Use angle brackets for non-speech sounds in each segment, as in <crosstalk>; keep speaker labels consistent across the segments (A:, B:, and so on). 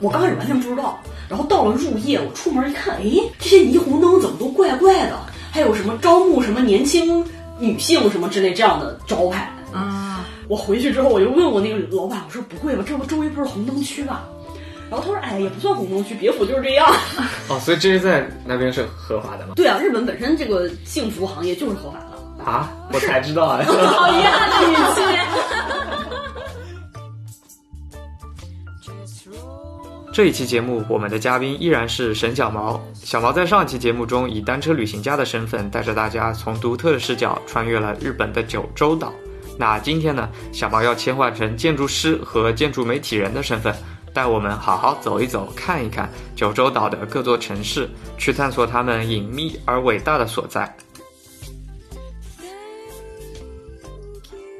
A: 我刚开始完全不知道，然后到了入夜，我出门一看，诶，这些霓虹灯怎么都怪怪的，还有什么招募什么年轻女性什么之类这样的招牌。
B: 啊，
A: 我回去之后，我就问我那个老板，我说不会吧，这不周围不是红灯区吧？然后他说，哎，也不算红灯区，别府就是这样。 <laughs>
C: 哦，所以这是在那边是合法的吗？
A: 对啊，日本本身这个幸福行业就是合法的。
C: 啊，我才知道啊！ <laughs>
A: 好遗憾的语气。
C: 这一期节目，我们的嘉宾依然是沈小毛。小毛在上期节目中以单车旅行家的身份，带着大家从独特的视角穿越了日本的九州岛。那今天呢，小毛要切换成建筑师和建筑媒体人的身份，带我们好好走一走、看一看九州岛的各座城市，去探索他们隐秘而伟大的所在。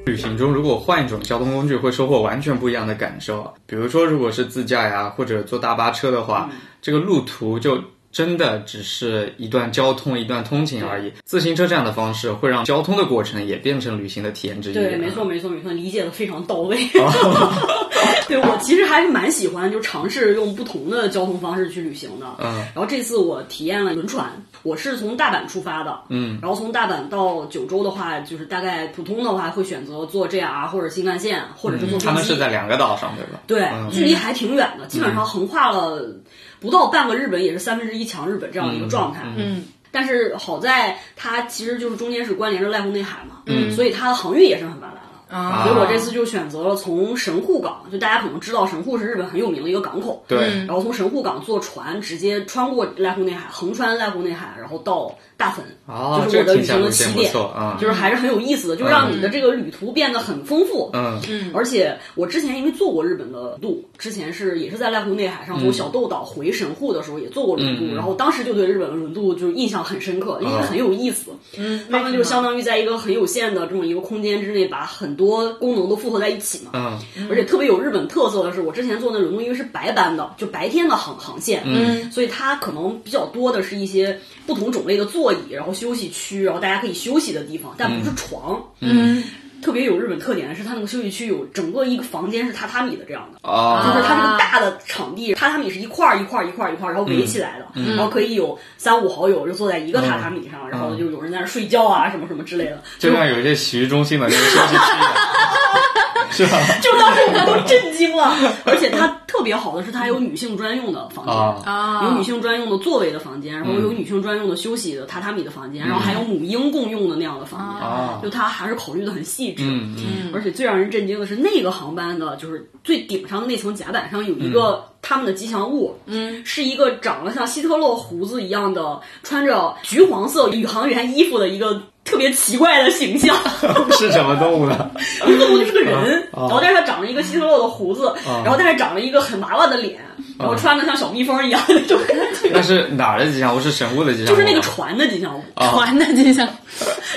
C: 旅行中，如果换一种交通工具，会收获完全不一样的感受。比如说，如果是自驾呀，或者坐大巴车的话，
A: 嗯
C: 这个路途就真的只是一段交通、一段通勤而已。自行车这样的方式，会让交通的过程也变成旅行的体验之一。啊哦
A: 对，没错，。没错，没错，理解的非常到位。 <laughs> 对我其实还是蛮喜欢，就尝试用不同的交通方式去旅行的。
C: 嗯
A: 然后这次我体验了轮船，我是从大阪出发的，
C: 嗯，
A: 然后从大阪到九州的话，就是大概普通的话会选择坐 JR 或者新干线，或者是坐
C: 嗯他
A: 飞
C: 们
A: 机。
C: 是在两个岛上，对吧？
A: 对，
C: 嗯
A: 距离还挺远的，基本上横跨了不到半个日本，也是三分之一强日本这样一个状态。
B: 嗯，
A: 但是好在它其实就是中间是关联着濑户内海嘛，嗯，所以它的航运也是很发达的。
B: 啊，
A: 所以我这次就选择了从神户港，就大家可能知道神户是日本很有名的一个港口，
C: 对，
B: 嗯
A: 然后从神户港坐船直接穿过濑户内海，横穿濑户内海，然后到大分，
C: 哦，
A: 就是
C: 这
A: 我
C: 个
A: 的旅
C: 听起来
A: 行
C: 路
A: 的
C: 线
A: 起
C: 不
A: 点，
C: 错啊。
A: 就是还是很有意思的，就让你的这个旅途变得很丰富。
C: 嗯，
A: 而且我之前因为做过日本的路，之前是也是在濑户内海上从小豆岛回神户的时候也做过轮渡，
C: 嗯嗯嗯
A: 然后当时就对日本的轮渡就是印象很深刻，因为它
C: 啊
A: 很有意思。嗯，他们就相当于在一个很有限的这么一个空间之内，把很多功能都复合在一起嘛。
C: 嗯，
A: 而且特别有日本特色的是，我之前坐那轮渡，因为是白班的，就白天的航航线，嗯，所以它可能比较多的是一些不同种类的座椅，然后休息区，然后大家可以休息的地方，但不是床，
B: 嗯，
A: 特别有日本特点的是，它那个休息区有整个一个房间是榻榻米的这样的。就
C: 哦，
A: 是它这个大的场地，榻榻米是一块儿一块儿一块儿一块儿，然后围起来的，然后可以有三五好友就坐在一个榻榻米上，然后就有人在那儿睡觉啊，什么什么之类的，
C: 就像有一些洗浴中心的那个休息区一样，是吧？
A: 就当时我们都震惊了。而且它特别好的是，它还有女性专用的房间。 <laughs>
C: 啊，
B: 啊，
A: 有女性专用的座位的房间，然
C: 嗯
A: 后有女性专用的休息的榻榻米的房间，然后还有母婴共用的那样的房间，
C: 啊
A: 就它还是考虑的很细致。
C: 嗯嗯
A: 而且最让人震惊的是，那个航班的就是最顶上的那层甲板上有一
C: 嗯
A: 个他们的吉祥物，嗯，是一个长得像希特勒胡子一样的，穿着橘黄色宇航员衣服的一个特别奇怪的形
C: <laughs>
A: 象。
C: 是什么动物呢？
A: 动物就是个人，
C: 啊
A: 然后但是他长了一个希特勒的胡子，然后但是长了一个很娃娃的脸，然
C: 啊
A: 后穿的像小蜜蜂一样的那种感觉，
C: 那是哪儿的吉祥物？是神户的吉祥
A: 就
C: 物吗，
A: 是那个船的吉祥物。
C: 啊
B: 团的就像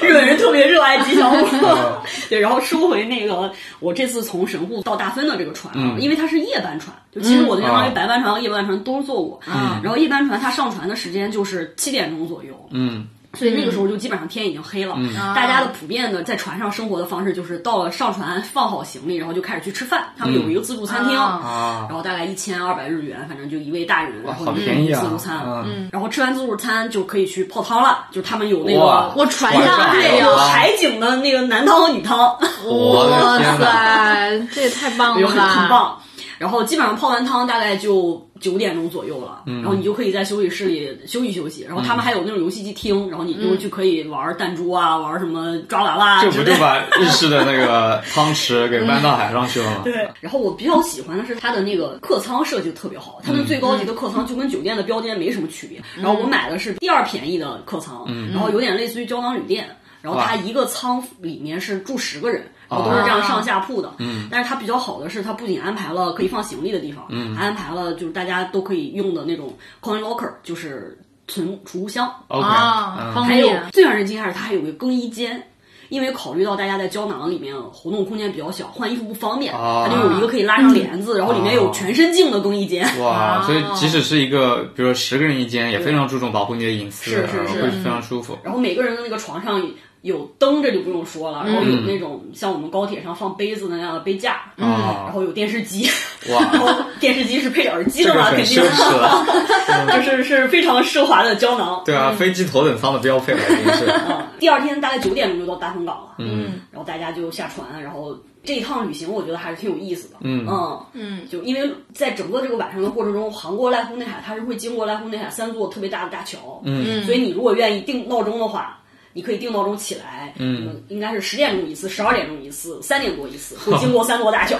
A: 日本人特别热爱吉祥
C: <laughs>
A: 物。
C: 嗯
A: <laughs> 对，然后说回那个，我这次从神户到大分的这个船啊，
C: 嗯
A: 因为它是夜班船，就其实我相当于白班船和夜班船都坐过。
C: 嗯
A: 啊，然后夜班船它上船的时间就是七点钟左右。
C: 嗯，
A: 所以那个时候就基本上天已经黑了，大家的普遍的在船上生活的方式就是到了上船放好行李，然后就开始去吃饭。他们有一个自助餐厅，
B: 啊
C: 啊
A: 然后大概一千二百日元，反正就一位大人，然后
C: 好
A: 一
C: 便宜啊
A: 自助餐，
C: 嗯
A: 然后吃完自助餐就可以去泡汤了，就他们有那个
C: 哇
B: 我船
C: 晚
B: 上
C: 上
B: 还
C: 还
A: 对，
C: 有
A: 有
C: 啊
A: 海景的那个男汤和女汤，
C: 我的天
B: 塞，这也太棒
A: 就 <laughs>
B: 了
A: 很
B: 吧！
A: 很棒。然后基本上泡完汤大概就九点钟左右了，
C: 嗯
A: 然后你就可以在休息室里休息休息。然后他们还有那种游戏机厅，然后你就就可以玩弹珠啊，玩什么抓娃娃啊
C: 嗯这
A: 之
C: 不
A: 类的
C: 就把日式的那个汤匙给搬到海上去了吗？
A: 对，然后我比较喜欢的是它的那个客舱设计得特别好，他们最高级的客舱就跟酒店的标间没什么区别。然后我买的是第二便宜的客舱，然后有点类似于胶囊旅店，然后它
C: 哇
A: 一个舱里面是住十个人。然后都是这样上下铺的，啊嗯，但是它比较好的是，它不仅安排了可以放行李的地方，嗯，还安排了就是大家都可以用的那种 coin locker，就是存储物箱，
C: ，OK，
B: 啊，
C: 嗯
B: 方
A: 还有
B: 便
A: 最让人惊讶的是，它还有个更衣间，因为考虑到大家在胶囊里面活动空间比较小，换衣服不方便，
C: 啊
A: 它就有一个可以拉上帘子，然后里面有全身镜的更衣间。
C: 哇，
B: 哦
C: 所以即使是一个，比如说十个人一间，也非常注重保护你的隐私，
A: 是是是
C: 会非常舒服。
A: 然后每个人的那个床上有灯，这就不用说了，然后有
C: 嗯
A: 那种像我们高铁上放杯子的那样的杯架，然
C: 啊，
A: 后有电视机，然
C: 哇，
A: 后电视机是配耳机
C: 这
A: 的
C: 个
A: 嘛，
C: 很
A: 肯
C: 奢
A: 定，
C: 侈啊
A: <laughs>
C: 了。
A: 就是是非常奢华的胶囊。
C: 对啊，飞机头等舱的标配了，已经是。
A: 啊，第二天大概九点钟就到大通港了，
C: 嗯
A: 然后大家就下船，然后这一趟旅行我觉得还是挺有意思的。
C: 嗯
A: 嗯
B: 嗯，
A: 就因为在整个这个晚上的过程中，韩国濑户内海它是会经过濑户内海三座特别大的大桥，
C: 嗯
A: 所以你如果愿意定闹钟的话。你可以定闹钟起来，
C: 嗯，
A: 应该是十点钟一次，十二点钟一次，三点多一
C: <laughs>
A: 次，会经过三座大桥。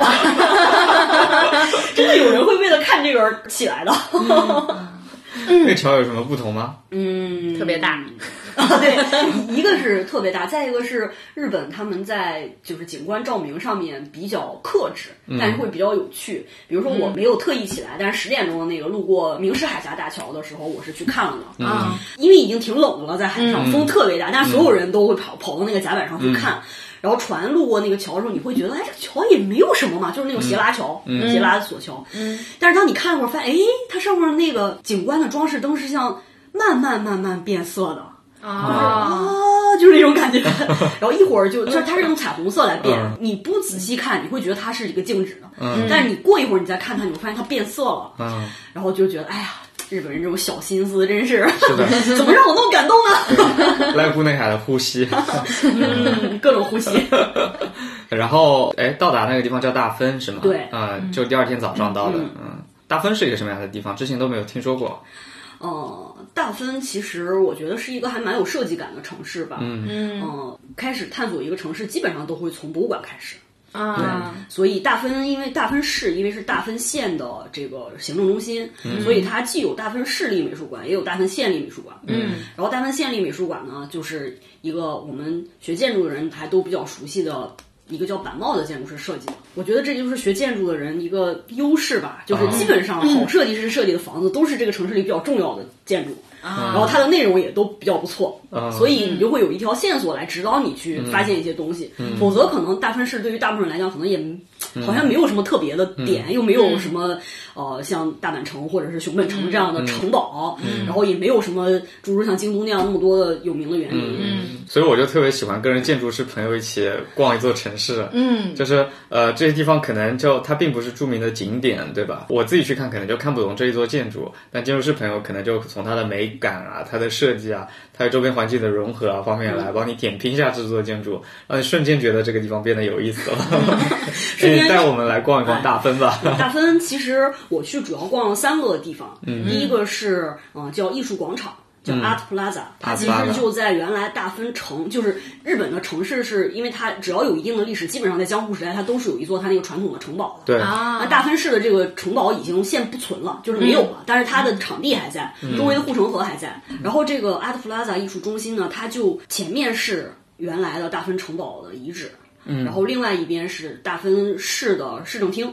A: <laughs> 真的有人会为了看这个而起来的，
C: 那个桥有什么不同吗？
A: 嗯，
B: 特别大。
A: 啊， <laughs> 对，一个是特别大，再一个是日本他们在就是景观照明上面比较克制，
C: 嗯
A: 但是会比较有趣。比如说
B: 嗯
A: 我没有特意起来，但是十点钟的那个路过明石海峡大桥的时候，我是去看了的，
B: 啊，
A: 因为已经挺冷了，在海上、
C: 嗯
A: 风特别大，但是所有人都会跑跑到那个甲板上去看。然后船路过那个桥的时候，你会觉得，哎，这个桥也没有什么嘛，就是那种斜
C: 嗯
A: 拉桥、斜拉索桥。
B: 嗯，
A: 但是当你看一会儿，发现，哎，它上面那个景观的装饰灯是像慢慢慢慢变色的。
B: 啊，
A: 啊，就是那种感觉。
C: <laughs>
A: 然后一会儿就就是它是用彩虹色来变，
C: 嗯
A: 你不仔细看你会觉得它是一个静止的，
C: 嗯
A: 但是你过一会儿你再看它，你会发现它变色了，
C: 嗯，
A: 然后就觉得哎呀，日本人这种小心思真是，
C: 是的，
A: <laughs> 怎么让我那么感动呢？
C: 濑户内海的呼吸。
A: 嗯， <laughs> 各种呼吸，
C: 然后，哎，到达那个地方叫大分是吗？
A: 对
C: 啊，就第二天早上到的。嗯，大分是一个什么样的地方？之前都没有听说过。
A: 嗯。大分其实我觉得是一个还蛮有设计感的城市吧。嗯
B: 嗯
A: 开始探索一个城市，基本上都会从博物馆开始。
B: 啊，
A: 所以大分因为大分市，因为是大分县的这个行政中心，所以它既有大分市立美术馆，也有大分县立美术馆。
B: 嗯，
A: 然后大分县立美术馆呢，就是一个我们学建筑的人还都比较熟悉的。一个叫板茂的建筑师设计的，我觉得这就是学建筑的人一个优势吧，就是基本上好设计师设计的房子都是这个城市里比较重要的建筑，然后它的内容也都比较不错，
C: 嗯
A: 所以你就会有一条线索来指导你去发现一些东西，否则可能大分市对于大部分人来讲，可能也好像没有什么特别的点，又没有什么呃像大阪城或者是熊本城这样的城堡，然后也没有什么诸如像京都那样那么多的有名的园林。
C: 嗯，所以我就特别喜欢跟人建筑师朋友一起逛一座城市。
B: 嗯，
C: 就是呃，这些地方可能就它并不是著名的景点，对吧？我自己去看可能就看不懂这一座建筑，但建筑师朋友可能就从它的美感啊、它的设计啊、它与周边环境的融合啊方面
A: 嗯
C: 来帮你点评一下这座建筑，让你瞬间觉得这个地方变得有意思了。 <laughs> 所
A: 嗯间
C: 以带我们来逛一逛大分吧。
A: 大分其实我去主要逛了三个地方，第一个是嗯、呃叫艺术广场。叫 Art Plaza，、它
C: 嗯 Art
A: 其实
C: Plaza
A: 就在原来大分城，就是日本的城市是，因为它只要有一定的历史，基本上在江户时代它都是有一座它那个传统的城堡的。
C: 对，
A: 那
B: 啊，
A: 大分市的这个城堡已经现不存了，就是没有
B: 嗯
A: 了，但是它的场地还在，周围的护城河还在。然后这个 Art Plaza 艺术中心呢，它就前面是原来的大分城堡的遗址，
B: 嗯
A: 然后另外一边是大分市的市政厅，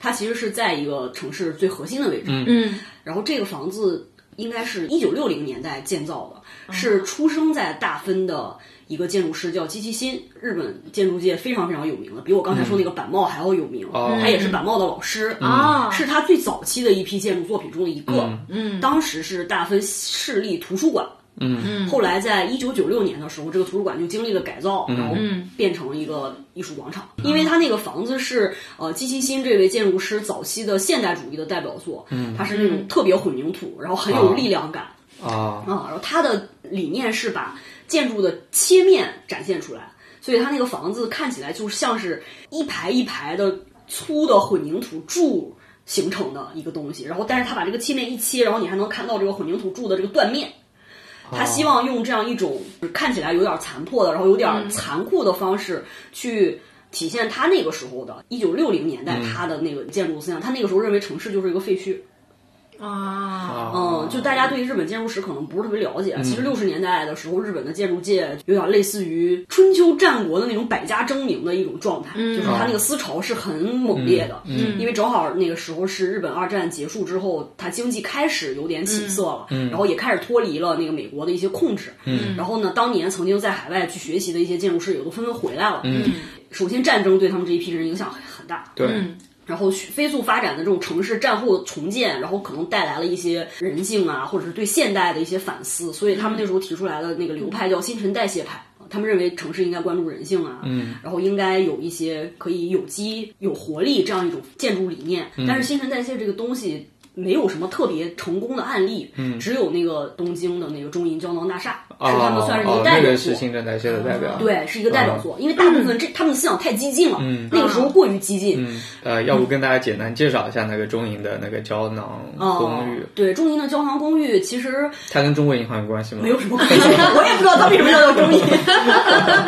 A: 它其实是在一个城市最核心的位置。
B: 嗯
A: 然后这个房子应该是一九六零年代建造
B: 哦
A: 的，是出生在大分的一个建筑师叫基崎新，日本建筑界非常非常有名的，比我刚才说那个板茂还要有名。
B: 嗯
C: 哦
A: 他也是板茂的老师
B: 啊
A: 是他最早期的一批建筑作品中的一个。
B: 嗯
A: 当时是大分市立图书馆。
C: 嗯
A: 后来在一九九六年的时候，这个图书馆就经历了改造，然后变成了一个艺术广场。因为它那个房子是呃基崎新这位建筑师早期的现代主义的代表作，它是那种特别混凝土，然后很有力量感
C: 啊
A: 啊。然后它的理念是把建筑的切面展现出来，所以它那个房子看起来就像是一排一排的粗的混凝土柱。形成的一个东西，然后但是它把这个切面一切，然后你还能看到这个混凝土柱的这个断面，他希望用这样一种看起来有点残破的，然后有点残酷的方式去体现他那个时候的，一九六零年代他的那个建筑思想。他那个时候认为城市就是一个废墟，
B: 啊
A: 嗯，就大家对于日本建筑史可能不是特别了解。其实六十年代的时候，日本的建筑界有点类似于春秋战国的那种百家争鸣的一种状态，就是它那个思潮是很猛烈的。
C: 嗯
A: 因为正好那个时候是日本二战结束之后，它经济开始有点起色了，然后也开始脱离了那个美国的一些控制。嗯，然后呢，当年曾经在海外去学习的一些建筑师也都纷纷回来了。嗯，首先战争对他们这一批人影响很大。
C: 对，
A: 然后飞速发展的这种城市战后重建，然后可能带来了一些人性啊，或者是对现代的一些反思，所以他们那时候提出来的那个流派叫新陈代谢派。
C: 嗯
A: 他们认为城市应该关注人性啊，嗯，然后应该有一些可以有机、有活力这样一种建筑理念。
C: 嗯
A: 但是新陈代谢这个东西没有什么特别成功的案例，嗯，只有那个东京的那个中银胶囊大厦、是他们算是一
C: 哦
A: 个
C: 哦
A: 代
C: 那
A: 表作。
C: 个是新陈代谢的代表。
A: 对，是一个代表作，因为大部分这他们的思想太激进了，那个时候过于激进，
C: 嗯，呃，要不跟大家简单介绍一下那个中银的那个胶囊公寓
A: 哦，、对，中银的胶囊公寓其实
C: 它跟中国银行有关系吗？
A: 没有什么
C: <laughs>
A: 关系，我也不知道它为什么要叫中银。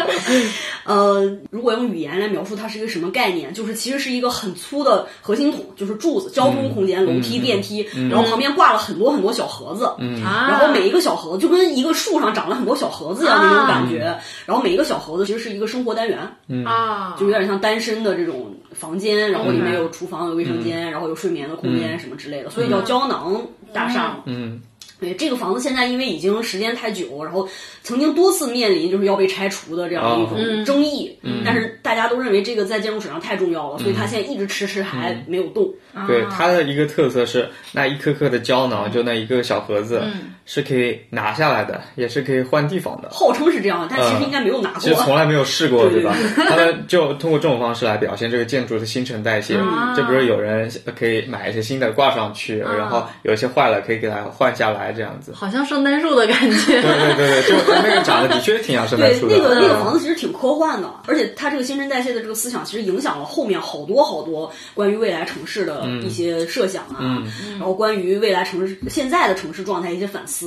C: <laughs>
A: 呃，如果用语言来描述它是一个什么概念，就是其实是一个很粗的核心筒，就是柱子、交通空间、楼梯、电梯，
C: 嗯
A: 然后旁边挂了很多很多小盒子，嗯，
B: 啊！
A: 然后每一个小盒子就跟一个树上长了很多小盒子一样的那种感觉，
C: 嗯
A: 然后每一个小盒子其实是一个生活单元，
B: 啊，
A: 就有点像单身的这种房间，然后里面有厨房、有卫
C: 嗯
A: 生间，然后有睡眠的空间什么之类的，所以叫胶囊大厦嘛。
C: 嗯，
A: 对，这个房子现在因为已经时间太久，然后曾经多次面临就是要被拆除的这样一
C: 哦
A: 种争议，
C: 嗯
A: 但是大家都认为这个在建筑史上太重要了，所以它现在一直迟迟还
C: 嗯
A: 没有动。
C: 对，
A: 啊
C: 它的一个特色是那一颗颗的胶
A: 嗯
C: 囊，就那一个小盒子，是可以拿下来的，也是可以换地方的。
A: 号称是这样，但其实应该没有拿
C: 嗯其实从
A: 过。
C: 来没有试过，
A: 对
C: 对吧？他们就通过这种方式来表现这个建筑的新陈代谢。
A: 啊
C: 就比如有人可以买一些新的挂上去，然后有一些坏了可以给它换下来，这样子。
B: 好像圣诞树的感
C: 对
B: 觉。
C: 对对对，就那个长得的确挺像圣诞
A: 对，
C: 树的。
A: 那个那个
C: 嗯
A: 房子其实挺科幻的，而且它这个新陈代谢的这个思想，其实影响了后面好多好多关于未来城市的一些设想啊，然后关于未来城市现在的城市状态一些反思。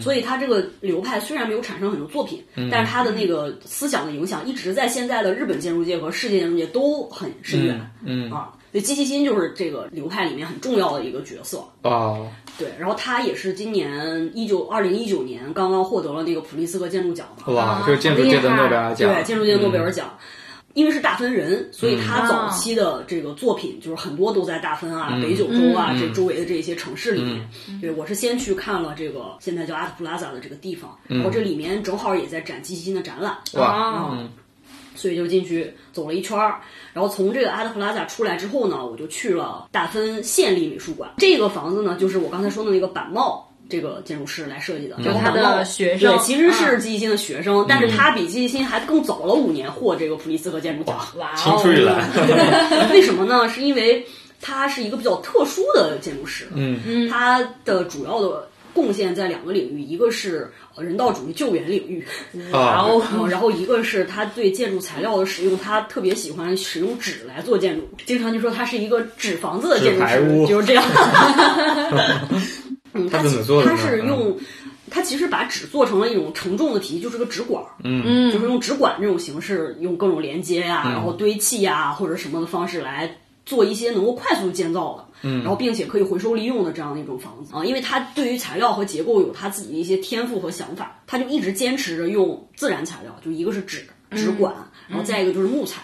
A: 所以它这个流派虽然没有产生很多作品，但是它的那个思想的影响一直在现在的日本建筑界和世界建筑界都很深远。
C: 嗯
A: 啊，所以机器心就是这个流派里面很重要的一个角色。
C: 哦，
A: 对，然后他也是今年一九二零一九年刚刚获得了那个普利斯克建筑奖嘛。
C: 哇，就是建筑界的诺贝尔奖，
A: 对，建筑界诺贝尔奖。因为是大分人，所以他早期的这个作品就是很多都在大分啊、北九州啊、这周围的这些城市里面。对，我是先去看了这个现在叫阿特普拉萨的这个地方，然后这里面正好也在展基金的展览，
C: 哇，
B: 啊
A: 所以就进去走了一圈儿，然后从这个阿特普拉萨出来之后呢，我就去了大分县立美术馆。这个房子呢，就是我刚才说的那个板茂这个建筑师来设计的，然后
B: 嗯他的
A: 板茂
B: 学生
A: 对，其实是
B: 嗯
A: 季新的学生，但是他比季新还更早了五年获这个普利斯克建筑奖。
B: 哇
C: 青出于
B: 哦！
C: 蓝，
A: 为什么呢？是因为他是一个比较特殊的建筑师，
C: 嗯，
A: 他的主要的贡献在两个领域，一个是呃人道主义救援领域，
C: 啊，
B: 哦
A: 嗯然后一个是他对建筑材料的使用，他特别喜欢使用纸来做建筑，经常就说他是一个纸房子的建筑
C: 纸牌
A: 师，
C: 屋
A: 就是
C: <laughs>
A: 这样。嗯，
C: 他
A: 他
C: 怎么做的呢嗯
A: 他是用，他其实把纸做成了一种承重的体积，就是个纸管，嗯，就是用纸管这种形式，用各种连接
C: 嗯
A: 呀、然后堆砌呀、或者什么的方式来做一些能够快速建造的。
C: 嗯
A: 然后并且可以回收利用的这样的一种房子啊，因为他对于材料和结构有他自己的一些天赋和想法，他就一直坚持着用自然材料，就一个是纸纸管，然后再一个就是木材、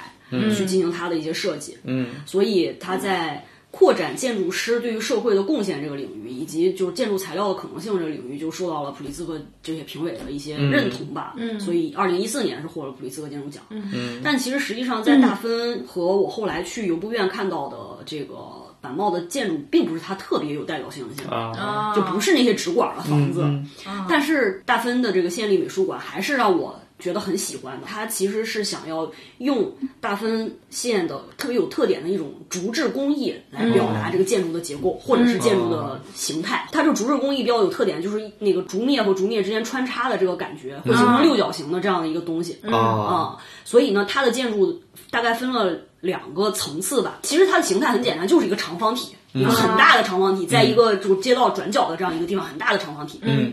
A: 去进行他的一些设计。
C: 嗯，
A: 所以他在扩展建筑师对于社会的贡献这个领域，以及就是建筑材料的可能性这个领域，就受到了普利兹克这些评委的一些认同吧。嗯，所以二零一四年是获了普利兹克建筑奖。嗯，但其实实际上在大分和我后来去游步院看到的这个板茂的建筑，并不是它特别有代表性的建筑。
C: 啊，
A: 就不是那些直管的房子。嗯但是大分的这个县立美术馆还是让我觉得很喜欢的。它其实是想要用大分县的特别有特点的一种竹制工艺来表达这个建筑的结构、或者是建筑的形态。它这个竹制工艺比较有特点，就是那个竹篾和竹篾之间穿插的这个感觉，会形成六角形的这样的一个东西。
C: 啊，
A: 啊、所以呢，它的建筑大概分了两个层次吧。其实它的形态很简单，就是一个长方体，
C: 嗯
A: 一个很大的长方体，在一个这个街道转角的这样一个地方，很大的长方体。
C: 嗯，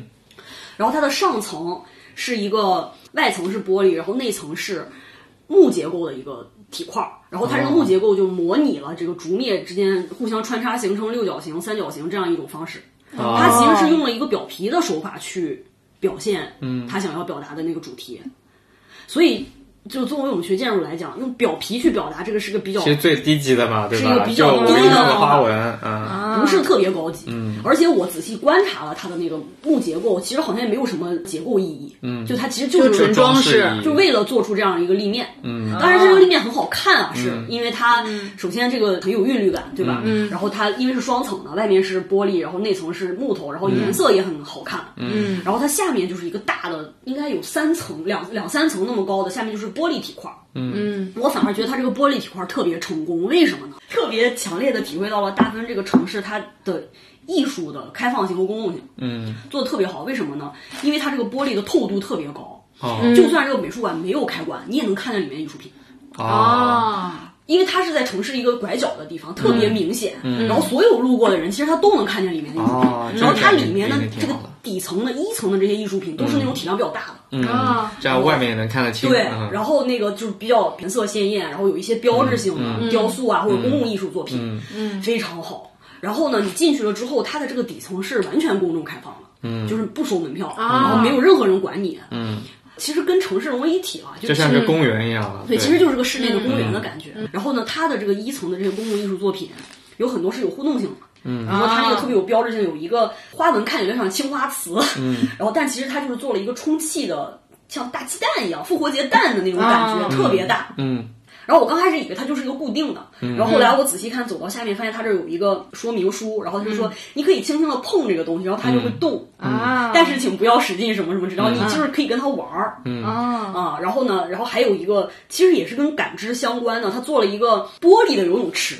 A: 然后它的上层是一个外层是玻璃，然后内层是木结构的一个体块儿。然后它这个木结构就模拟了这个竹篾之间互相穿插形成六角形、三角形这样一种方式。
C: 哦
A: 他其实是用了一个表皮的手法去表现他想要表达的那个主题，所以就作为我们学建筑来讲，用表皮去表达这个是个比较
C: 其实最低级的嘛，对
A: 是一
C: 吧？
A: 个比
C: 就
A: 较
C: 无
A: 低
C: 印
A: 的啊
C: 的花纹，嗯，
A: 不是特别高级，而且我仔细观察了它的那个木结构，其实好像也没有什么结构意义，嗯，就它其实就
B: 就是纯装饰
C: 仪
A: 就为了做出这样一个立面，
C: 嗯，
A: 当然这个立面很好看啊，是因为它首先这个很有韵律感，对吧？嗯，然后它因为是双层的，外面是玻璃，然后内层是木头，然后颜色也很好看，嗯，然后它下面就是一个大的，应该有三层两两三层那么高的，下面就是玻璃体块，
B: 嗯
A: 我反而觉得它这个玻璃体块特别成功，为什么呢？特别强烈的体会到了大分这个城市它的艺术的开放性和公共性，
C: 嗯，
A: 做的特别好。为什么呢？因为它这个玻璃的透度特别高，
C: 哦
A: 就算这个美术馆没有开馆，你也能看见里面艺术品。
C: 哦，
B: 啊，
A: 因为它是在城市一个拐角的地方，特
C: 嗯
A: 别明显。然后所有路过的人，其实他都能看见里面的艺术品。
C: 哦
A: 然后它里面的
C: 这个挺
A: 这个
C: 好的
A: 底层的、一层的这些艺术品，都是那种体量比较大的。
C: 嗯，这样外面也能看得清，
A: 对，
C: 嗯
A: 然后那个就是比较颜色鲜艳，然后有一些标志性的雕塑啊，或者公共艺术作品，嗯，非常好。然后呢，你进去了之后，它的这个底层是完全公众开放的，嗯，就是不收门票，然后没有任何人管你，嗯，其实跟城市融为一体了，就
C: 就是像个公园一样了，
A: 对，嗯其实就是个室内的公园的感觉。然后呢，它的这个一层的这些公共艺术作品，有很多是有互动性的。嗯，然后它这个特别有标志性，有一个花纹看起来像青花瓷，嗯， <laughs> 然后但其实它就是做了一个充气的，像大鸡蛋一样，复活节蛋的那种感觉，
B: 啊
A: 特别大。
C: 嗯，
A: 然后我刚开始以为它就是一个固定的，然后后来我仔细看，走到下面发现它这儿有一个说明书，然后它就说你可以轻轻的碰这个东西，然后它就会动，
B: 啊
A: 但是请不要使劲什么什么，然后你就是可以跟它玩儿，嗯，
B: 啊
A: 啊，然后呢，然后还有一个其实也是跟感知相关的，他做了一个玻璃的游泳池，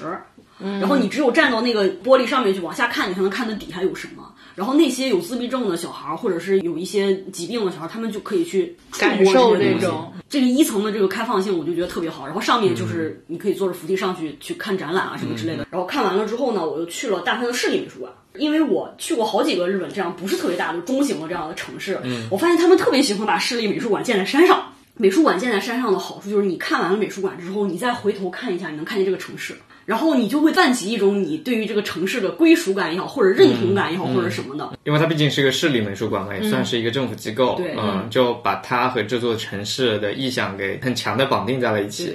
B: 嗯
A: 然后你只有站到那个玻璃上面去往下看，你才能看到底下有什么。然后那些有自闭症的小孩儿，或者是有一些疾病的小孩儿，他们就可以去触摸
B: 感受
A: 这些
B: 这
A: 东西
B: 种。
A: 这个一层的这个开放性，我就觉得特别好。然后上面就是你可以坐着扶梯上去去看展览啊什么之类的。然后看完了之后呢，我又去了大分的市立美术馆，因为我去过好几个日本这样不是特别大的中型的这样的城市，我发现他们特别喜欢把市立美术馆建在山上。美术馆建在山上的好处就是，你看完了美术馆之后，你再回头看一下，你能看见这个城市，然后你就会泛起一种你对于这个城市的归属感也好，或者认同感也好，或者什么的。
C: 因为它毕竟是个市立美术馆嘛，也算是一个政府机构，
A: 嗯对
C: 嗯，就把它和这座城市的意象给很强的绑定在了一起，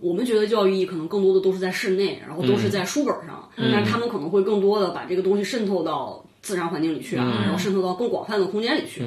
A: 我们觉得教育意义可能更多的都是在室内，然后都是在书本上，但是他们可能会更多的把这个东西渗透到自然环境里去啊，然后渗透到更广泛的空间里去，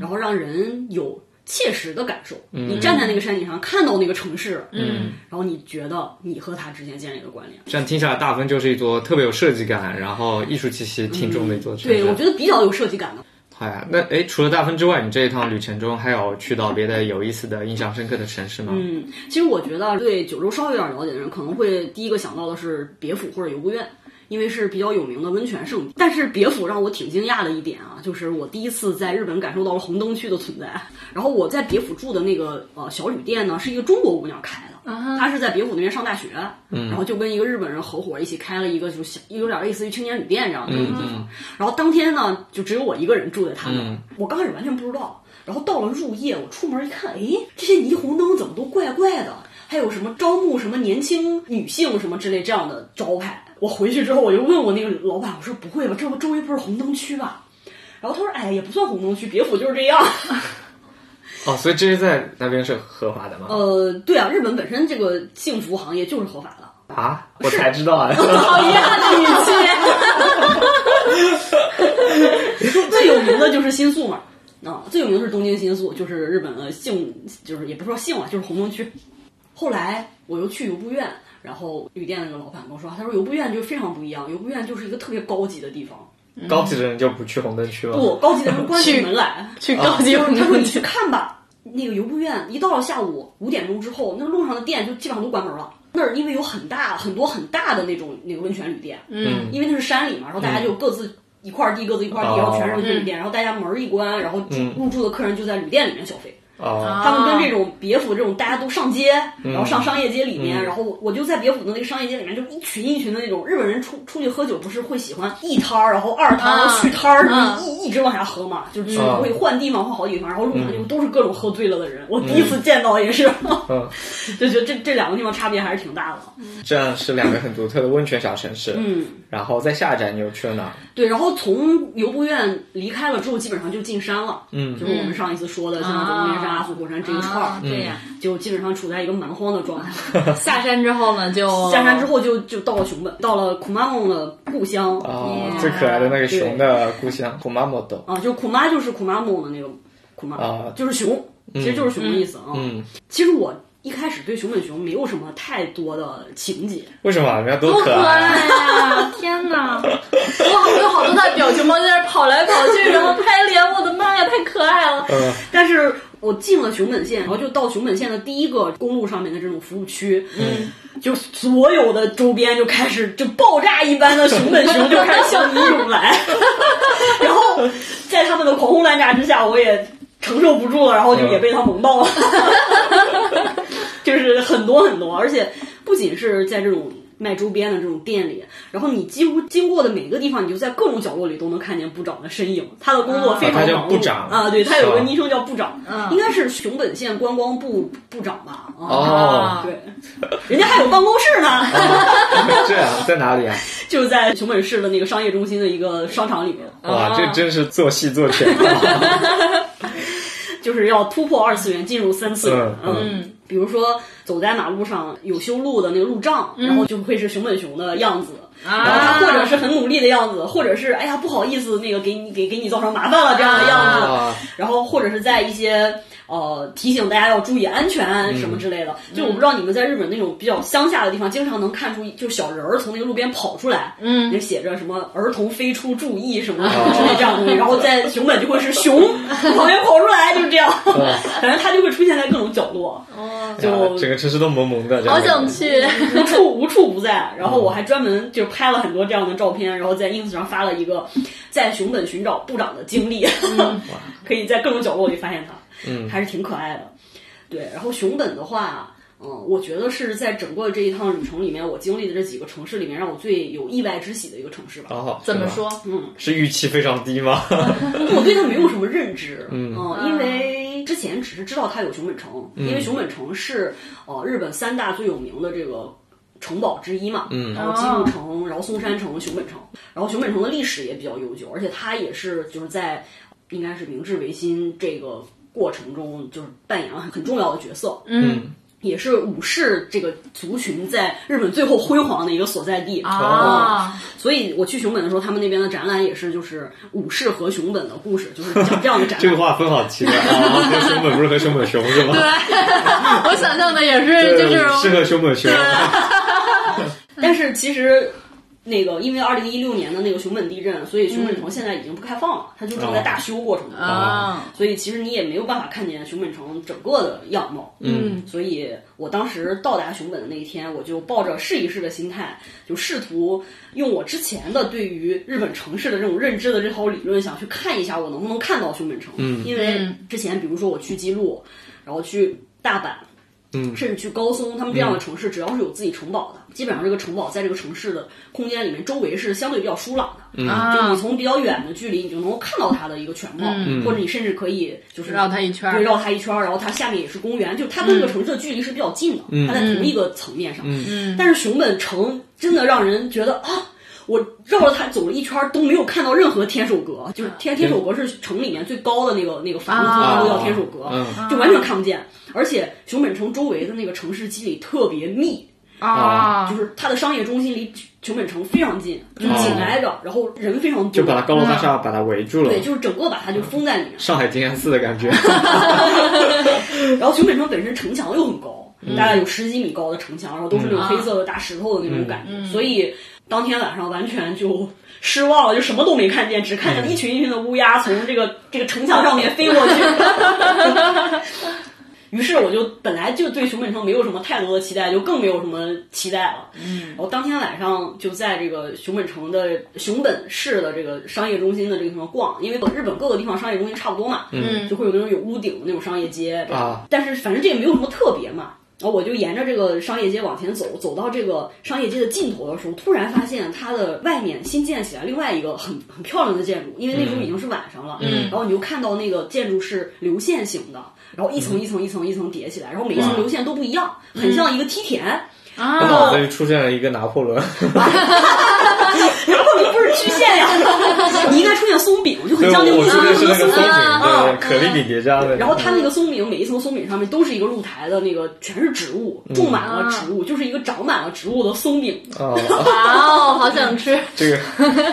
A: 然后让人有切实的感受。你站在那个山顶上看到那个城市，嗯，然后你觉得你和它之间建立了关联。
C: 这样听下来，大分就是一座特别有设计感，然后艺术气息挺重的一座城市。
A: 对，我觉得比较有设计感的。
C: 好呀，那哎，除了大分之外，你这一趟旅程中还有去到别的有意思的、印象深刻的城市吗？嗯，
A: 嗯，其实我觉得对九州稍微有点了解的人，可能会第一个想到的是别府或者游步院，因为是比较有名的温泉圣地。但是别府让我挺惊讶的一点啊，就是我第一次在日本感受到了红灯区的存在。然后我在别府住的那个呃小旅店呢，是一个中国姑娘开的。她是在别府那边上大学，然后就跟一个日本人合伙一起开了一个，就小有点类似于青年旅店这样的一个地方。然后当天呢，就只有我一个人住在他那儿，我刚开始完全不知道。然后到了入夜，我出门一看，诶，这些霓虹灯怎么都怪怪的？还有什么招募什么年轻女性什么之类这样的招牌？我回去之后，我就问我那个老板，我说不会吧，这不周围不是红灯区吧？然后他说，哎，也不算红灯区，别府就是这样。 <laughs>
C: 哦，所以这些在那边是合法的吗？
B: 哦
A: 呃，对啊，日本本身这个幸福行业就是合法的。
C: 啊，我才知
B: <laughs>
C: 道啊！
A: 好遗憾的语气。 <laughs> 最有名的就是新宿嘛，啊，最有名的是东京新宿，就是日本的姓，就是也不是说姓啊，就是红灯区。后来我又去游步院，然后旅店那个老板跟我说，他说游步院就非常不一样，游步院就是一个特别高级的地方，
C: 高级的人就不去红灯区了。
A: 不高级的人关起门来，
B: 嗯去高级
A: 就是
B: 红
A: 他说
B: 灯
A: 你去
B: 区，
A: 看吧。那个游步院一到了下午五点钟之后，那个路上的店就基本上都关门了。那儿因为有很大很多很大的那种那个温泉旅店，
B: 嗯
A: 因为那是山里嘛，然后大家就各自一块地，各自一块地，
C: 哦
B: 嗯
A: 然后全是温泉旅店，然后大家门儿一关，然后住入住的客人就在旅店里面消费，
B: 啊
C: 哦，
A: 他们跟这种别府这种大家都上街，
C: 嗯
A: 然后上商业街里面，然后我就在别府的那个商业街里面，就一群一群的那种日本人出出去喝酒，不是会喜欢一摊儿，然后二摊儿，然后去摊儿，
B: 啊
A: 一一直往下喝嘛，就是去
C: 嗯
A: 会换地方，换好几个地方，然后路上就都是各种喝醉了的人，我第一次见到也是，
C: 嗯，
A: <laughs> 就觉得这这两个地方差别还是挺大的。
B: 嗯
C: 这样是两个很独特的温泉小城市。
A: 嗯，
C: 然后在下一站你又去了哪？
A: 对，然后从游步院离开了之后，基本上就进山了，
C: 嗯
A: 就是我们上一次说的像龙岩山、
B: 啊
A: 阿苏火山这一串儿
B: 啊，这样。
A: 就基本上处在一个蛮荒的状态。
B: 下山之后呢，
C: 哦
B: 就
A: 下山之后就就到了熊本，到了库玛蒙的故乡啊、
C: 哦，
B: Yeah
C: 最可爱的那个熊的故
B: <laughs>
C: 乡库马莫多。
A: 就库玛就是库玛蒙的那个库玛，
C: 啊
A: 就是熊，其实就是熊的意思啊。
C: 嗯，
A: 其实我一开始对熊本熊没有什么太多的情节，
C: 为什么？人家多
B: 多
C: 可
B: 可
C: 爱啊！
B: 爱呀！天哪，我好有好多他表情包在那儿跑来跑去，然后拍脸，我的妈呀，太可爱了！
C: 嗯
A: 但是我进了熊本县，然后就到熊本县的第一个公路上面的这种服务区，嗯，就所有的周边就开始就爆炸一般的熊本熊就开始向你涌来， <laughs> 然后在他们的狂轰滥炸之下，我也承受不住了，然后
C: 嗯
A: 就也被他萌到
C: <laughs>
A: 了，就是很多很多，而且不仅是在这种。卖周边的这种店里，然后你几乎经过的每个地方，你就在各种角落里都能看见部长的身影。他的工作非
C: 啊他
A: 常
C: 叫
A: 忙
C: 部
A: 碌
C: 长
A: 啊，对他有
C: 是
A: 个
C: 吧
A: 昵称叫部长，
B: 嗯
A: 应该是熊本县观光部部长吧？啊，
C: 哦，
A: 对，人家还有办公室呢，
C: <laughs>
A: <laughs>
C: 这样在哪里啊？
A: 就在熊本市的那个商业中心的一个商场里面，
B: 哦
C: 哇，这真是做戏做全。
A: 就是要突破二次元，进入三次元。
C: 嗯
A: 嗯，比如说走在马路上有修路的那个路障，然后就会是熊本熊的样子。
B: 嗯啊
A: 或者是很努力的样子，或者是哎呀不好意思，那个给你给给你造成麻烦了这样的样子，
C: <laughs> 啊，
A: 然后或者是在一些呃提醒大家要注意安全啊什么之类的。就我不知道你们在日本那种比较乡下的地方，经常能看出就小人儿从那个路边跑出来，嗯，也写着什么儿童飞出注意什么之类这样的东西，然后在熊本就会是熊旁边跑出来，就是这样， <laughs> 反正它就会出现在各种角落，
B: 哦，
A: 就
C: 整个城市都萌萌的。这样
B: 好想去，
A: 无处无处不在。然后我还专门就拍了很多这样的照片，然后在 ins 上发了一个在熊本寻找部长的经历， <laughs> 可以在各种角落里发现他，嗯，还是挺可爱的。对，然后熊本的话。嗯，我觉得是在整个这一趟旅程里面，我经历的这几个城市里面，让我最有意外之喜的一个城市吧。
C: 哦，
B: 怎么
C: 是吗？
B: 说？
C: 是预期非常低吗？
A: 我对它没有什么认知，嗯，因为之前只是知道它有熊本城，因为熊本城是呃日本三大最有名的这个城堡之一嘛，嗯，然后姬路城，然后松山城、熊本城，然后熊本城的历史也比较悠久，而且它也是就是在应该是明治维新这个过程中就是扮演了很很重要的角色，
C: 嗯，
A: 也是武士这个族群在日本最后辉煌的一个所在地哦
B: 啊，
A: 所以我去熊本的时候，他们那边的展览也是就是武士和熊本的故事， <laughs> 就是讲这样的展
C: <laughs> 这个
A: 览。
C: 划分好奇怪啊！和熊本不是和熊本熊是吗？
A: 嗯
B: <laughs> 我想象的也是，就是
C: 适合熊本熊。
A: 但是其实那个因为二零一六年的那个熊本地震，所以熊本城现在已经不开放了，它就正在大修过程中。
B: 啊，
A: 所以其实你也没有办法看见熊本城整个的样貌。
B: 嗯，
A: 所以我当时到达熊本的那一天，我就抱着试一试的心态，就试图用我之前的对于日本城市的这种认知的这套理论，想去看一下我能不能看到熊本城。嗯，因为之前比如说我去姬路，然后去大阪。
C: 嗯
A: 甚至去高松，他们这样的城市，只要是有自己城堡的，基本上这个城堡在这个城市的空间里面，周围是相对比较疏朗的。嗯，就你
B: 啊，
A: 从比较远的距离，你就能够看到它的一个全貌，
C: 嗯
A: 或者你甚至可以就是
B: 嗯绕它一圈
A: 对，
B: 儿，嗯
A: 绕它一圈儿，然后它下面也是公园，就是它跟这个城市的距离是比较近的，
C: 嗯
A: 它在同一个层面上。
B: 嗯
A: 但是熊本城真的让人觉得啊。我绕着它走了一圈儿都没有看到任何天守阁，就是
C: 嗯
A: 天天守阁是城里面最高的那个那个房
B: 啊
A: 子，都叫天守阁，
C: 嗯
A: 就完全看不见。而且熊本城周围的那个城市肌理特别密，
B: 啊，
A: 就是它的商业中心离熊本城非常近，就紧挨着，然后人非常多，
C: <laughs> 哦就把它高楼大厦把它围住了
A: 对，，就是整个把它就封在里面。
C: 上海静安寺的感觉。
A: 然后熊本城本身城墙又很高，大概有十几米高的城墙，然后都是那种黑色的大石头的那种感觉，所以当天晚上完全就失望了，就什么都没看见，只看见一群一群的乌鸦从这个这个城墙上面飞过去。 <laughs> 于是我就本来就对熊本城没有什么太多的期待，就更没有什么期待了。嗯，然后当天晚上就在这个熊本城的熊本市的这个商业中心的这个地方逛，因为日本各个地方商业中心差不多嘛，嗯，就会有那种有屋顶的那种商业街这样
C: 啊
A: 但是反正这也没有什么特别嘛。然后我就沿着这个商业街往前走，走到这个商业街的尽头的时候，突然发现它的外面新建起来另外一个很很漂亮的建筑，因为那时候已经是晚上了，嗯，然后你就看到那个建筑是流线型的，然后一
C: 嗯
A: 层一层一层一层叠起来，然后每一层流线都不一样，很像一个梯田。 <laughs>
C: 我脑子里出现了一个拿破仑，
A: 然后你不是曲线呀， <laughs> 你应该出现松饼，就很
C: <laughs> 对，
A: 像那
C: 我
A: 个
C: 我
A: 一
C: 说
A: 层
C: 的
A: 一
C: 是
A: 层的
C: 那个
A: 松
C: 松
A: 饼。
C: 饼，
A: 啊嗯
C: 对，可丽饼叠加的。
A: 然后它那个松饼，每一层松饼上面都是一个露台的那个，全是植物，
C: 嗯
A: 种满了植
B: 啊
A: 物，就是一个长满了植物的松
B: <laughs>
A: 饼。
C: 啊，
B: 哇哦，好想吃！
C: 这个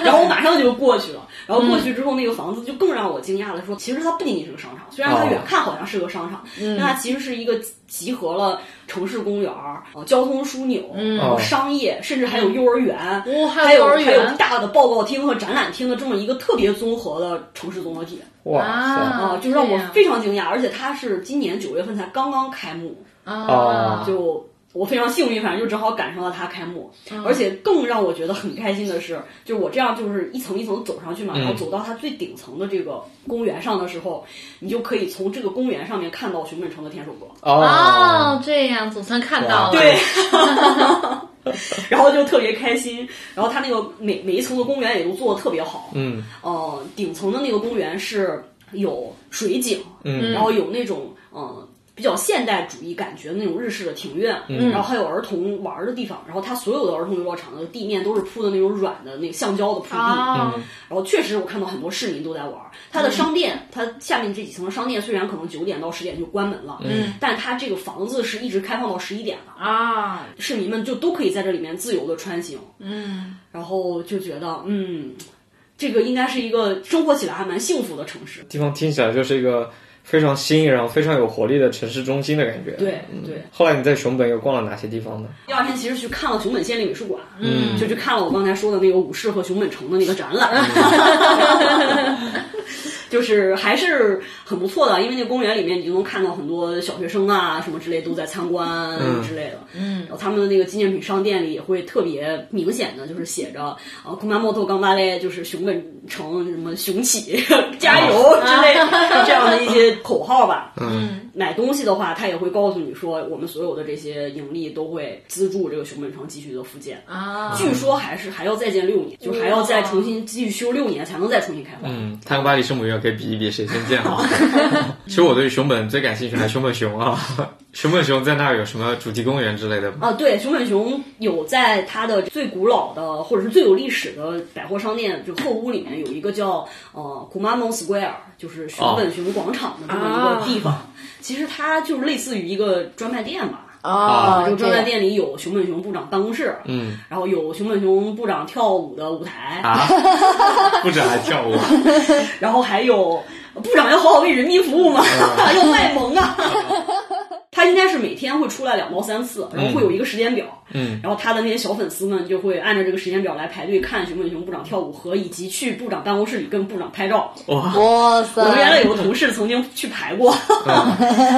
A: 然后我马上就过去了。然后过
B: 嗯
A: 去之后，那个房子就更让我惊讶的说，其实它不仅仅是个商场，虽然它
C: 哦
A: 远看好像是个商场，
B: 嗯
A: 但它其实是一个集合了城市公园儿、呃交通枢纽、
C: 哦
A: 商业，甚至还有幼儿园，
B: 嗯哦还
A: 还
B: 有幼
A: 有
B: 儿
A: 还有
B: 园
A: 大的报告厅和展览厅的这么一个特别综合的城市综合体
C: 哇
B: 啊
C: 塞，
A: 啊，就让我
B: 这样
A: 非常惊讶。而且它是今年九月份才刚刚开幕，
C: 哦
B: 啊，
A: 就我非常幸运，反正就正好赶上了它开幕，而且更让我觉得很开心的是，就我这样就是一层一层走上去嘛，然后走到它最顶层的这个公园上的时候，你就可以从这个公园上面看到熊本城的天守阁，
C: 哦，
B: 哦，这样总算看
C: 哇
B: 到了。
C: 对，
A: 然后就特别开心。然后它那个每每一层的公园也都做的特别好，
C: 嗯
A: 呃，顶层的那个公园是有水景，
C: 嗯
A: 然后有那种嗯、呃比较现代主义感觉的那种日式的庭院，
C: 嗯
A: 然后还有儿童玩儿的地方，然后它所有的儿童游乐场的地面都是铺的那种软的那个橡胶的铺地，
B: 啊，
A: 然后确实我看到很多市民都在玩儿。它的商店，它下面这几层的商店虽然可能九点到十点就关门了，嗯，但它这个房子是一直开放到十一点的，
B: 啊，
A: 市民们就都可以在这里面自由的穿行，
B: 嗯，
A: 然后就觉得嗯。这个应该是一个生活起来还蛮幸福的城市，
C: 地方听起来就是一个非常新，然后非常有活力的城市中心的感觉。
A: 对对。
C: 后来你在熊本又逛了哪些地方呢？
A: 第二天其实去看了熊本县立美术馆，嗯，就去看了我刚才说的那个武士和熊本城的那个展 <laughs> 览，就是还是很不错的，因为那公园里面你就能看到很多小学生啊什么之类都在参观之类的，嗯，然后他们的那个纪念品商店里也会特别明显的就是写着啊库马莫托冈巴勒就是熊本城什么雄起 <laughs> 加油之类 <laughs> 的这样的一些口号吧，
C: 嗯，
A: 买东西的话，他也会告诉你说，我们所有的这些盈利都会资助这个熊本城继续的复建。
B: 啊，
A: 据说还是还要再建六年，就还要再重新继续修六年才能再重新开发。
C: 嗯，探戈巴黎圣母院可以比一比谁先建好。
A: 哦
C: <laughs> 其实我对熊本最感兴趣还是熊本熊啊， <laughs> 熊本熊在那儿有什么主题公园之类的吗？
A: 啊，对，熊本熊有在它的最古老的或者是最有历史的百货商店，就后屋里面有一个叫呃 Kumamon Square，就是熊本熊广场的这么一个地方。其实它就是类似于一个专卖店吧。
B: 哦
A: 这个专卖
B: 这样
A: 店里有熊本熊部长办公室，
C: 嗯，
A: 然后有熊本熊部长跳舞的舞台，
C: 啊，不止还跳
A: <laughs>
C: 舞，
A: 然后还有部长要好好为人民服务嘛，
C: 嗯
A: <laughs> 要卖萌啊。 <laughs> 他应该是每天会出来两到三次，然后会有一个时间表，
C: 嗯，
A: 然后他的那些小粉丝们就会按照这个时间表来排队看熊本熊部长跳舞和以及去部长办公室里跟部长拍照。
C: 哇，
B: 哇
A: 我们原来
B: 塞，
A: 有
C: 嗯
A: 个同事曾经去排过， <laughs>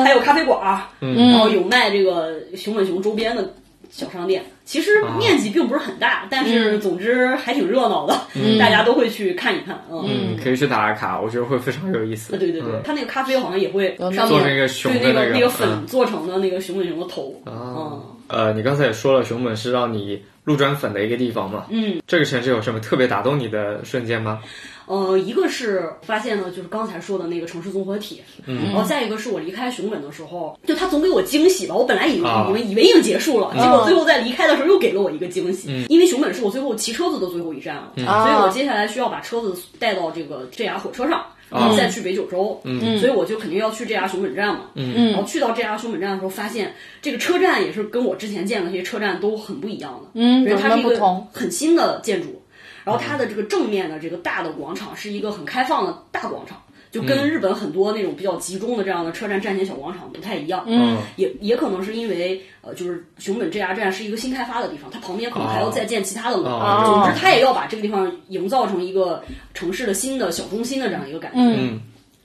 A: 还有咖啡馆儿，
C: 嗯
A: 然后有卖这个熊本熊周边的小商店。其实
C: 啊
A: 面积并不是很大，但
B: 嗯
A: 是总之还挺热闹的，大家都会去看一看。嗯，
C: 嗯，可以去打打卡，我觉得会非常有意思。嗯
A: 对对对，他那个咖啡好像也会
B: 有那
A: 上
B: 种
A: 面
C: 做那个熊的
A: 对那
C: 那个
A: 那个粉
C: 嗯啊
A: 做成的那个熊本熊的头。嗯，
C: 呃，你刚才也说了，熊本是让你路转粉的一个地方嘛。
A: 嗯，
C: 这个城市有什么特别打动你的瞬间吗？
A: 呃，一个是发现呢，就是刚才说的那个城市综合体，然后再一个是我离开熊本的时候，就他总给我惊喜吧。我本来以为
C: 啊
A: 以为以为已经结束了，结
B: 嗯
A: 果最后在离开的时候又给了我一个惊喜，因为熊本是我最后骑车子的最后一站了，所
B: 啊
A: 以我接下来需要把车子带到这个 JR 火车上。然后再去北九州，啊嗯，所以我就肯定要去 JR 熊本站嘛，嗯，然后去到 JR 熊本站的时候，发现这个车站也是跟我之前见的那些车站都很不一样的，
B: 嗯
A: 因为它是
B: 怎么
A: 一
B: 不
A: 个
B: 同
A: 很新的建筑，然后它的这个正面的这个大的广场是一个很开放的大广场，就
C: 嗯
A: 跟日本很多那种比较集中的这样的车站站前小广场不太一样。
C: 嗯，
A: 也也可能是因为呃，就是熊本 JR 站是一个新开发的地方，它旁边可能还要再建其他的楼。
C: 哦
A: 总之，它也要把这个地方营造成一个城市的新的小中心的这样一个感觉。
B: 嗯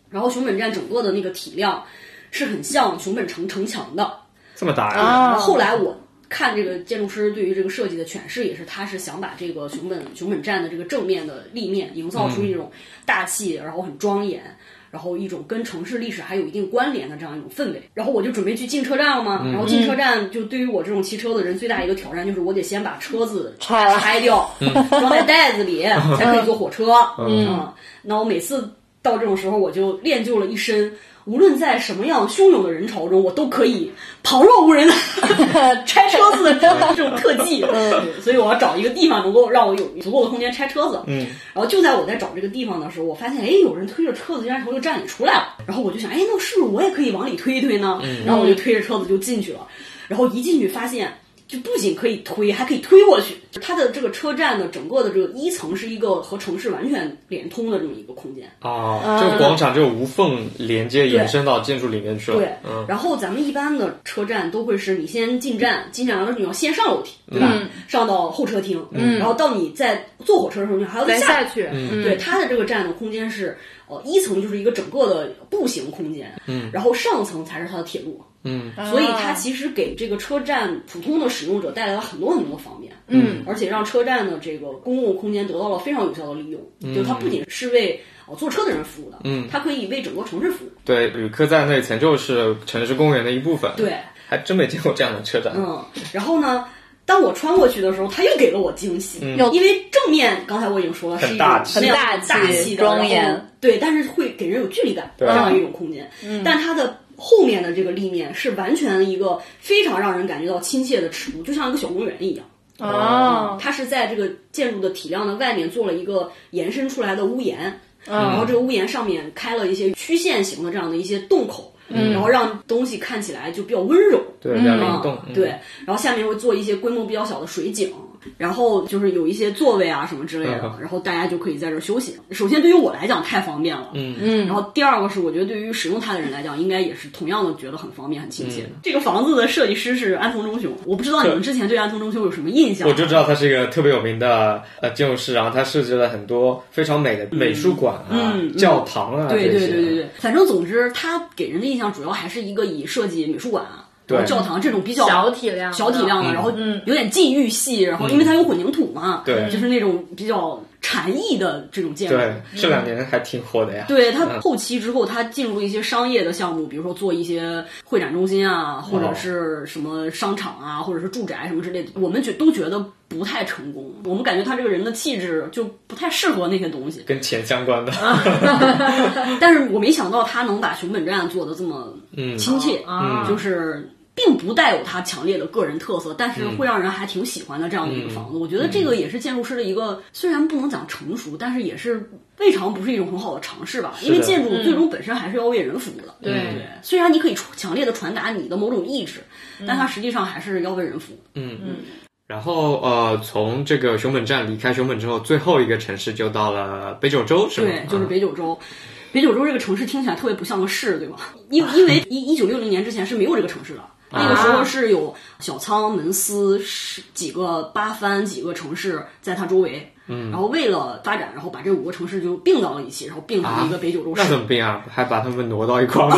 A: 然后熊本站整个的那个体量。是很像熊本城城墙的。
D: 这么大呀、
B: 啊
C: 哦
A: 然后后来我看这个建筑师对于这个设计的诠释，也是他是想把这个熊本熊本站的这个正面的立面营造出一种大气，然后很庄严，然后一种跟城市历史还有一定关联的这样一种氛围。然后我就准备去进车站了嘛，然后进车站就对于我这种骑车的人最大一个挑战就是我得先把车子
B: 拆了
A: 拆掉，装在袋子里才可以坐火车。嗯，那我每次到这种时候，我就练就了一身。无论在什么样汹涌的人潮中，我都可以旁若无人的 <laughs> 拆车子的这种特技。对所以我要找一个地方能够让我有足够的空间拆车子。嗯，然后就在我在找这个地方的时候，我发现哎，有人推着车子竟然从这个站里出来了。然后我就想，哎，那是不是我也可以往里推一推呢？然后我就推着车子就进去了。然后一进去发现。就不仅可以推，还可以推过去。它的这个车站的整个的这个一层是一个和城市完全连通的这么一个空间，
D: 哦，
A: 呃
D: 这个广场就无缝连接延伸到建筑里面去了。
A: 对，
D: 嗯，
A: 然后咱们一般的车站都会是你先进站，进站完了你要先上楼梯，对吧？上到候车厅，然后到你在坐火车的时候，你还要
B: 咱
A: 再
B: 下
A: 下。
B: 去，嗯
A: 对，它的这个站的空间是，呃，一层就是一个整个的步行空间，嗯，然后上层才是它的铁路，
D: 嗯，
A: 所以它其实给这个车站普通的使用者带来了很多很多的方便，
B: 嗯，
A: 而且让车站的这个公共空间得到了非常有效的利用，就它不仅是为呃坐车的人服务的，嗯，它可以为整个城市服务，
D: 对，旅客在内曾就是城市公园的一部分。，
A: 对，
D: 还真没见过这样的车站。
A: 嗯，然后呢，当我穿过去的时候，它又给了我惊喜，
B: 又
A: 因为正面刚才我已经说
D: 嗯
A: 了，
D: 很
A: 是一种
D: 大气
A: 那样
B: 很大
A: 大
B: 气
A: 气的
B: 庄严，嗯
A: 然后对，但是会给人有距离感这
D: 对
A: 样一种空间。但它的后面的这个立面是完全一个非常让人感觉到亲切的尺度，就像一个小公园一样。
B: 哦，
A: 它是在这个建筑的体量的外面做了一个延伸出来的屋檐，
B: 嗯
A: 然后这个屋檐上面开了一些曲线型的这样的一些洞口，
B: 嗯
A: 然后让东西看起来就比较温柔。
D: 对，比较灵
A: 啊，
D: 动。嗯
A: 对，，然后下面会做一些规模比较小的水景，然后就是有一些座位啊什么之类的
D: 嗯，
A: 然后大家就可以在这儿休息。首先，对于我来讲太方便了，嗯嗯。然后第二个是，我觉得对于使用它的人来讲，应该也是同样的觉得很方便、很亲切的。
D: 嗯
A: 这个房子的设计师是安藤忠雄，我不知道你们之前对安藤忠雄有什么印象
D: 我？就知道它是一个特别有名的呃建筑师，然后他设计了很多非常美的美术馆啊、
A: 嗯嗯
D: 教堂啊
A: 对
D: 这
A: 对
D: 些。
A: 对对对，反正总之，他给人的印象主要还是一个以设计美术馆啊、
D: 对
A: 然后教堂这种比较
B: 小体量的，
A: 小体
D: 嗯
A: 量的，然后有点禁欲系，然后因为它有混凝土嘛，
D: 对
A: 就是那种比较禅意的这种建筑。
D: 对，嗯这两年还挺火的呀。
A: 对它后期之后，它进入一些商业的项目，比如说做一些会展中心啊，或
D: 哦
A: 者是什么商场啊，或者是住宅什么之类的，我们觉都觉得不太成功。我们感觉他这个人的气质就不太适合那些东西。
D: 跟钱相关的，
A: 啊但是我没想到他能把熊本站做的这么亲切，
B: 嗯
A: 就是并不带有他强烈的个人特色，但是会让人还挺喜欢的这样的一个房子。我觉得这个也是建筑师的一个，虽然不能讲成熟，但是也是未尝不是一种很好的尝试吧。因为
D: 的
A: 建筑最终本身还是要为人服务的，
B: 对
A: 不对？虽然你可以传强烈的传达你的某种意志，但它实际上还是要为人服务。
D: <laughs> 然后呃，从这个熊本站离开熊本之后，最后一个城市就到了北九州，是吗？啊
A: 对，就是北九州。北九州这个城市听起来特别不像个市，对吧？ <laughs> 因因为一一九六零年之前是没有这个城
D: 啊
A: 市的，那个时候是有小仓、门司是几个八幡几个城市在它周围。嗯，然后为了发展，然后把这五个城市就并到了一起，然后并成了一个北九州市。
D: 那怎么变啊？还把他们挪到一块儿
A: <laughs>
D: 了？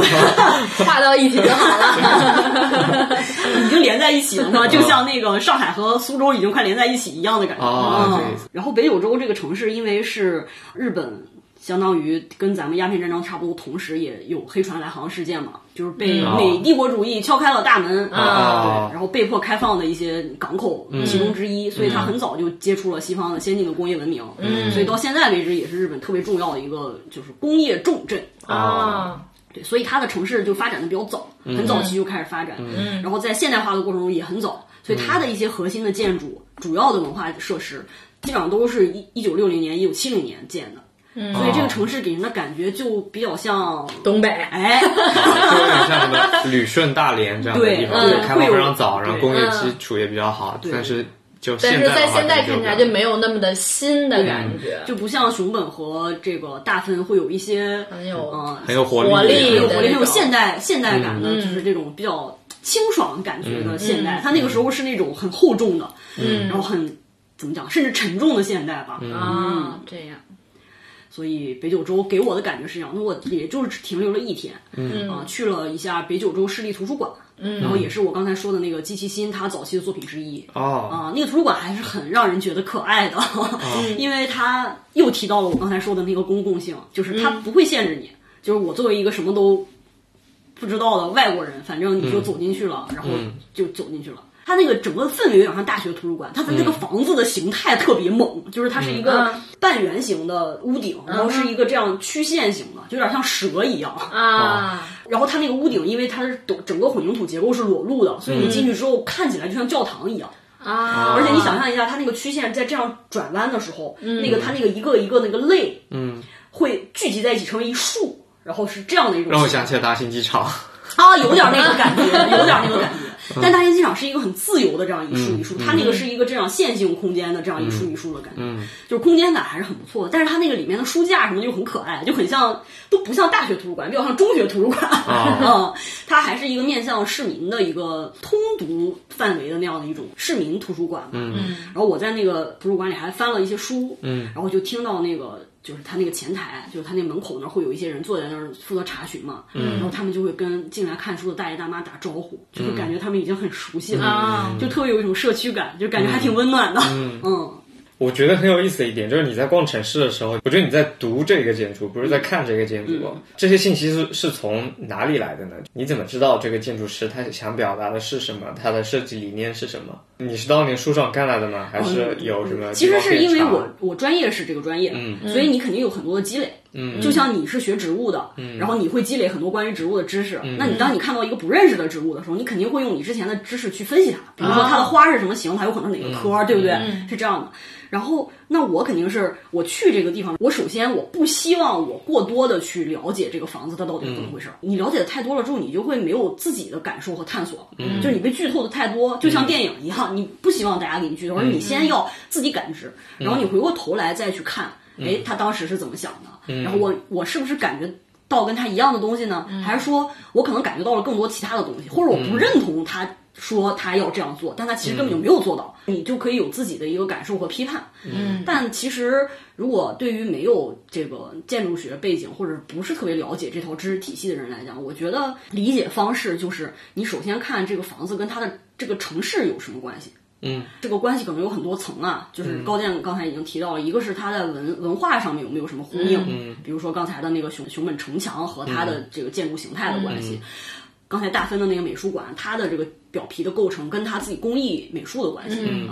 B: 画到一起就好了。
A: 已经连在一起了嘛，就像那个上海和苏州已经快连在一起一样的感觉。
D: 哦
A: 嗯
D: 这个意思
A: 然后北九州这个城市，因为是日本，相当于跟咱们鸦片战争差不多，同时也有黑船来航事件嘛，就是被
D: 嗯
A: 美帝国主义敲开了大门嗯
D: 哦
A: 对然后被迫开放的一些港口其中之一，所以它很早就接触了西方的先进的工业文明，嗯，所以到现在为止也是日本特别重要的一个就是工业重镇。
B: 啊，
A: 对，所以它的城市就发展的比较早，很早期就开始发展，
B: 嗯
A: 然后在现代化的过程中也很早，所以它的一些核心的建筑、主要的文化设施，基本上都是一一九六零年、一九七零年建的，
B: 嗯
A: 所以这个城市给人的感觉就比较像，
B: 东北，
A: 哎， <laughs>
D: 就有点像什么旅顺、大连这样的地方，
A: 对
D: 就开放非常早，
A: 嗯
D: 然后工业基础也比较好，
A: 对
D: 但是就
B: 但
D: 现
B: 是
D: 在的
B: 在
D: 话
B: 现在看起来就
D: 就比较
B: 没有那么的新的感觉，
A: 就不像熊本和这个大分会有一些
B: 很有
A: 嗯
D: 很有活力，
B: 活力
A: 很有活力，
B: 的那
A: 很有
B: 种嗯
A: 现代现代感的，就是这种比较清爽感觉的现代。它那个时候是那种很厚重的，
B: 嗯
A: 嗯，然后很怎么讲，甚至沉重的现代吧，
B: 啊，这样
A: 所以北九州给我的感觉是这样。那我也就是只停留了一天，嗯啊，去了一下北九州市立图书馆，嗯，然后也是我刚才说的那个季其新他早期的作品之一，
C: 哦，
A: 啊，那个图书馆还是很让人觉得可爱 <laughs> 的，因为它又提到了我刚才说的那个公共性，就是它不会限制你，就是我作为一个什么都不知道的外国人，反正你就走进去了，然后就走进去了。它那个整个氛围有点像大学图书馆，它的那个房子的形态特别猛，就是它是一个
B: 嗯
A: 半圆形的屋顶，然后是一个这样曲线型的，就有点像蛇一样。
B: 啊，
A: 然后它那个屋顶，因为它是整整个混凝土结构是裸露的，所以你进去之后看起来就像教堂一样。
B: 啊！
A: 而且你想象一下，它那个曲线在这样转弯的时候，那个它那个一个一个那个类，
C: 嗯，
A: 会聚集在一起成为一束，然后是这样的一种。
C: 让我想起了大兴机场。
A: 啊，有点那个感 <laughs> 觉，有点那个感觉。但大兴机场是一个很自由的这样一束一束，它那个是一个这样线性空间的这样一束一束的感觉，嗯就是空间感还是很不错的。但是它那个里面的书架什么就很可爱，就很像都不像大学图书馆，比较像中学图书馆。 <laughs> 嗯，它还是一个面向市民的一个通读范围的那样的一种市民图书馆。嗯，然后我在那个图书馆里还翻了一些书，嗯，然后就听到那个就是他那个前台，就是他那门口那儿会有一些人坐在那儿负责查询嘛，嗯，然嗯后他们就会跟进来看书的大爷大妈打招呼，就会感觉他们已经很熟悉了，
B: 嗯
A: 就特别有一种社区感，就感觉还挺温暖的，嗯。
C: <laughs> 我觉得很有意思的一点就是你在逛城市的时候，我觉得你在读这个建筑，不是
A: 嗯
C: 在看这个建筑。哦。这些信息是是从哪里来的呢？你怎么知道这个建筑师他想表达的是什么？他的设计理念是什么？你是当年书上看来的吗？还是有什么
A: 嗯其
C: 地
A: 实
C: 方可
A: 是
C: 以
A: 因
C: 查？
A: 为我我专业是这个专业，所以你肯定有很多的积累。嗯，就像你是学植物的，然后你会积累很多关于植物的知识。那你当你看到一个不认识的植物的时候，你肯定会用你之前的知识去分析它，比如说它的花是什么形，它有可能是哪个科，对不对？是这样的。然后，那我肯定是我去这个地方，我首先我不希望我过多的去了解这个房子它到底是怎么回事。你了解的太多了之后，你就会没有自己的感受和探索了，就是你被剧透的太多，就像电影一样，你不希望大家给你剧透，而你先要自己感知，然后你回过头来再去看，哎，他当时是怎么想的，然后我我是不是感觉。到跟他一样的东西呢，还是说我可能感觉到了更多其他的东西，或者我不认同他说他要这样做，但他其实根本就没有做到，你就可以有自己的一个感受和批判。嗯，但其实如果对于没有这个建筑学背景或者不是特别了解这套知识体系的人来讲，我觉得理解方式就是你首先看这个房子跟它的这个城市有什么关系。
C: 嗯，
A: 这个关系可能有很多层啊，就是高健刚才已经提到了，一个是它在文文化上面有没有什么呼应，嗯，比如说刚才的那个熊熊本城墙和它的这个建筑形态的关系，刚才大芬的那个美术馆，它的这个表皮的构成跟它自己工艺美术的关系，嗯。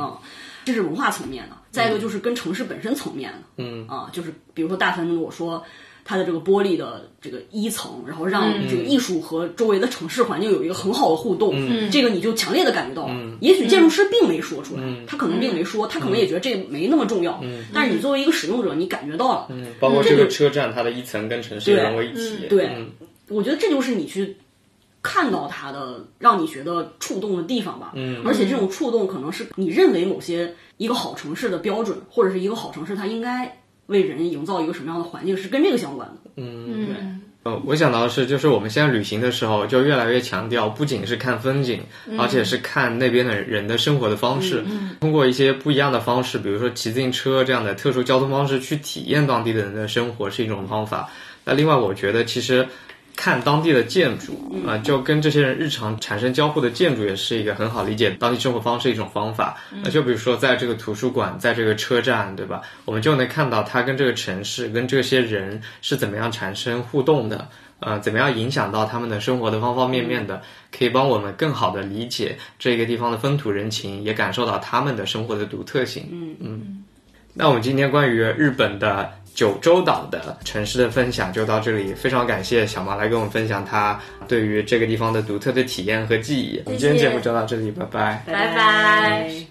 A: 这是文化层面的，再一个就是跟城市本身层面的，嗯啊，就是比如说大芬跟我说，它的这个玻璃的这个一层，然后让这个艺术和周围的城市环境有一个很好的互动，这个你就强烈的感觉到了。也许建筑师并没说出来，他可能并没说，他可能也觉得这没那么重要，但是你作为一个使用者，你感觉到了，
C: 包括这个车站，它的一层跟城市融为一体。
A: 嗯对，
C: 嗯
A: 我觉得这就是你去看到它的让你觉得触动的地方吧。嗯，而且这种触动可能是你认为某些一个好城市的标准，或者是一个好城市它应该为人营造一个什么样的环境，是跟这个相关的。
C: 呃，我想到的是，就是我们现在旅行的时候，就越来越强调，不仅是看风景，而且是看那边的人的生活的方式，通过一些不一样的方式，比如说骑自行车这样的特殊交通方式，去体验当地的人的生活是一种方法。那另外，我觉得其实看当地的建筑啊、就跟这些人日常产生交互的建筑，也是一个很好理解当地生活方式的一种方法。那、就比如说，在这个图书馆，在这个车站，对吧？我们就能看到它跟这个城市、跟这些人是怎么样产生互动的。呃，怎么样影响到他们的生活的方方面面的，可以帮我们更好的理解这个地方的风土人情，也感受到他们的生活的独特性。嗯嗯。那我们今天关于日本的九州岛的城市的分享就到这里，非常感谢小麻来跟我们分享她对于这个地方的独特的体验和记忆。我们今天节目就到这里，拜拜。
B: 拜拜。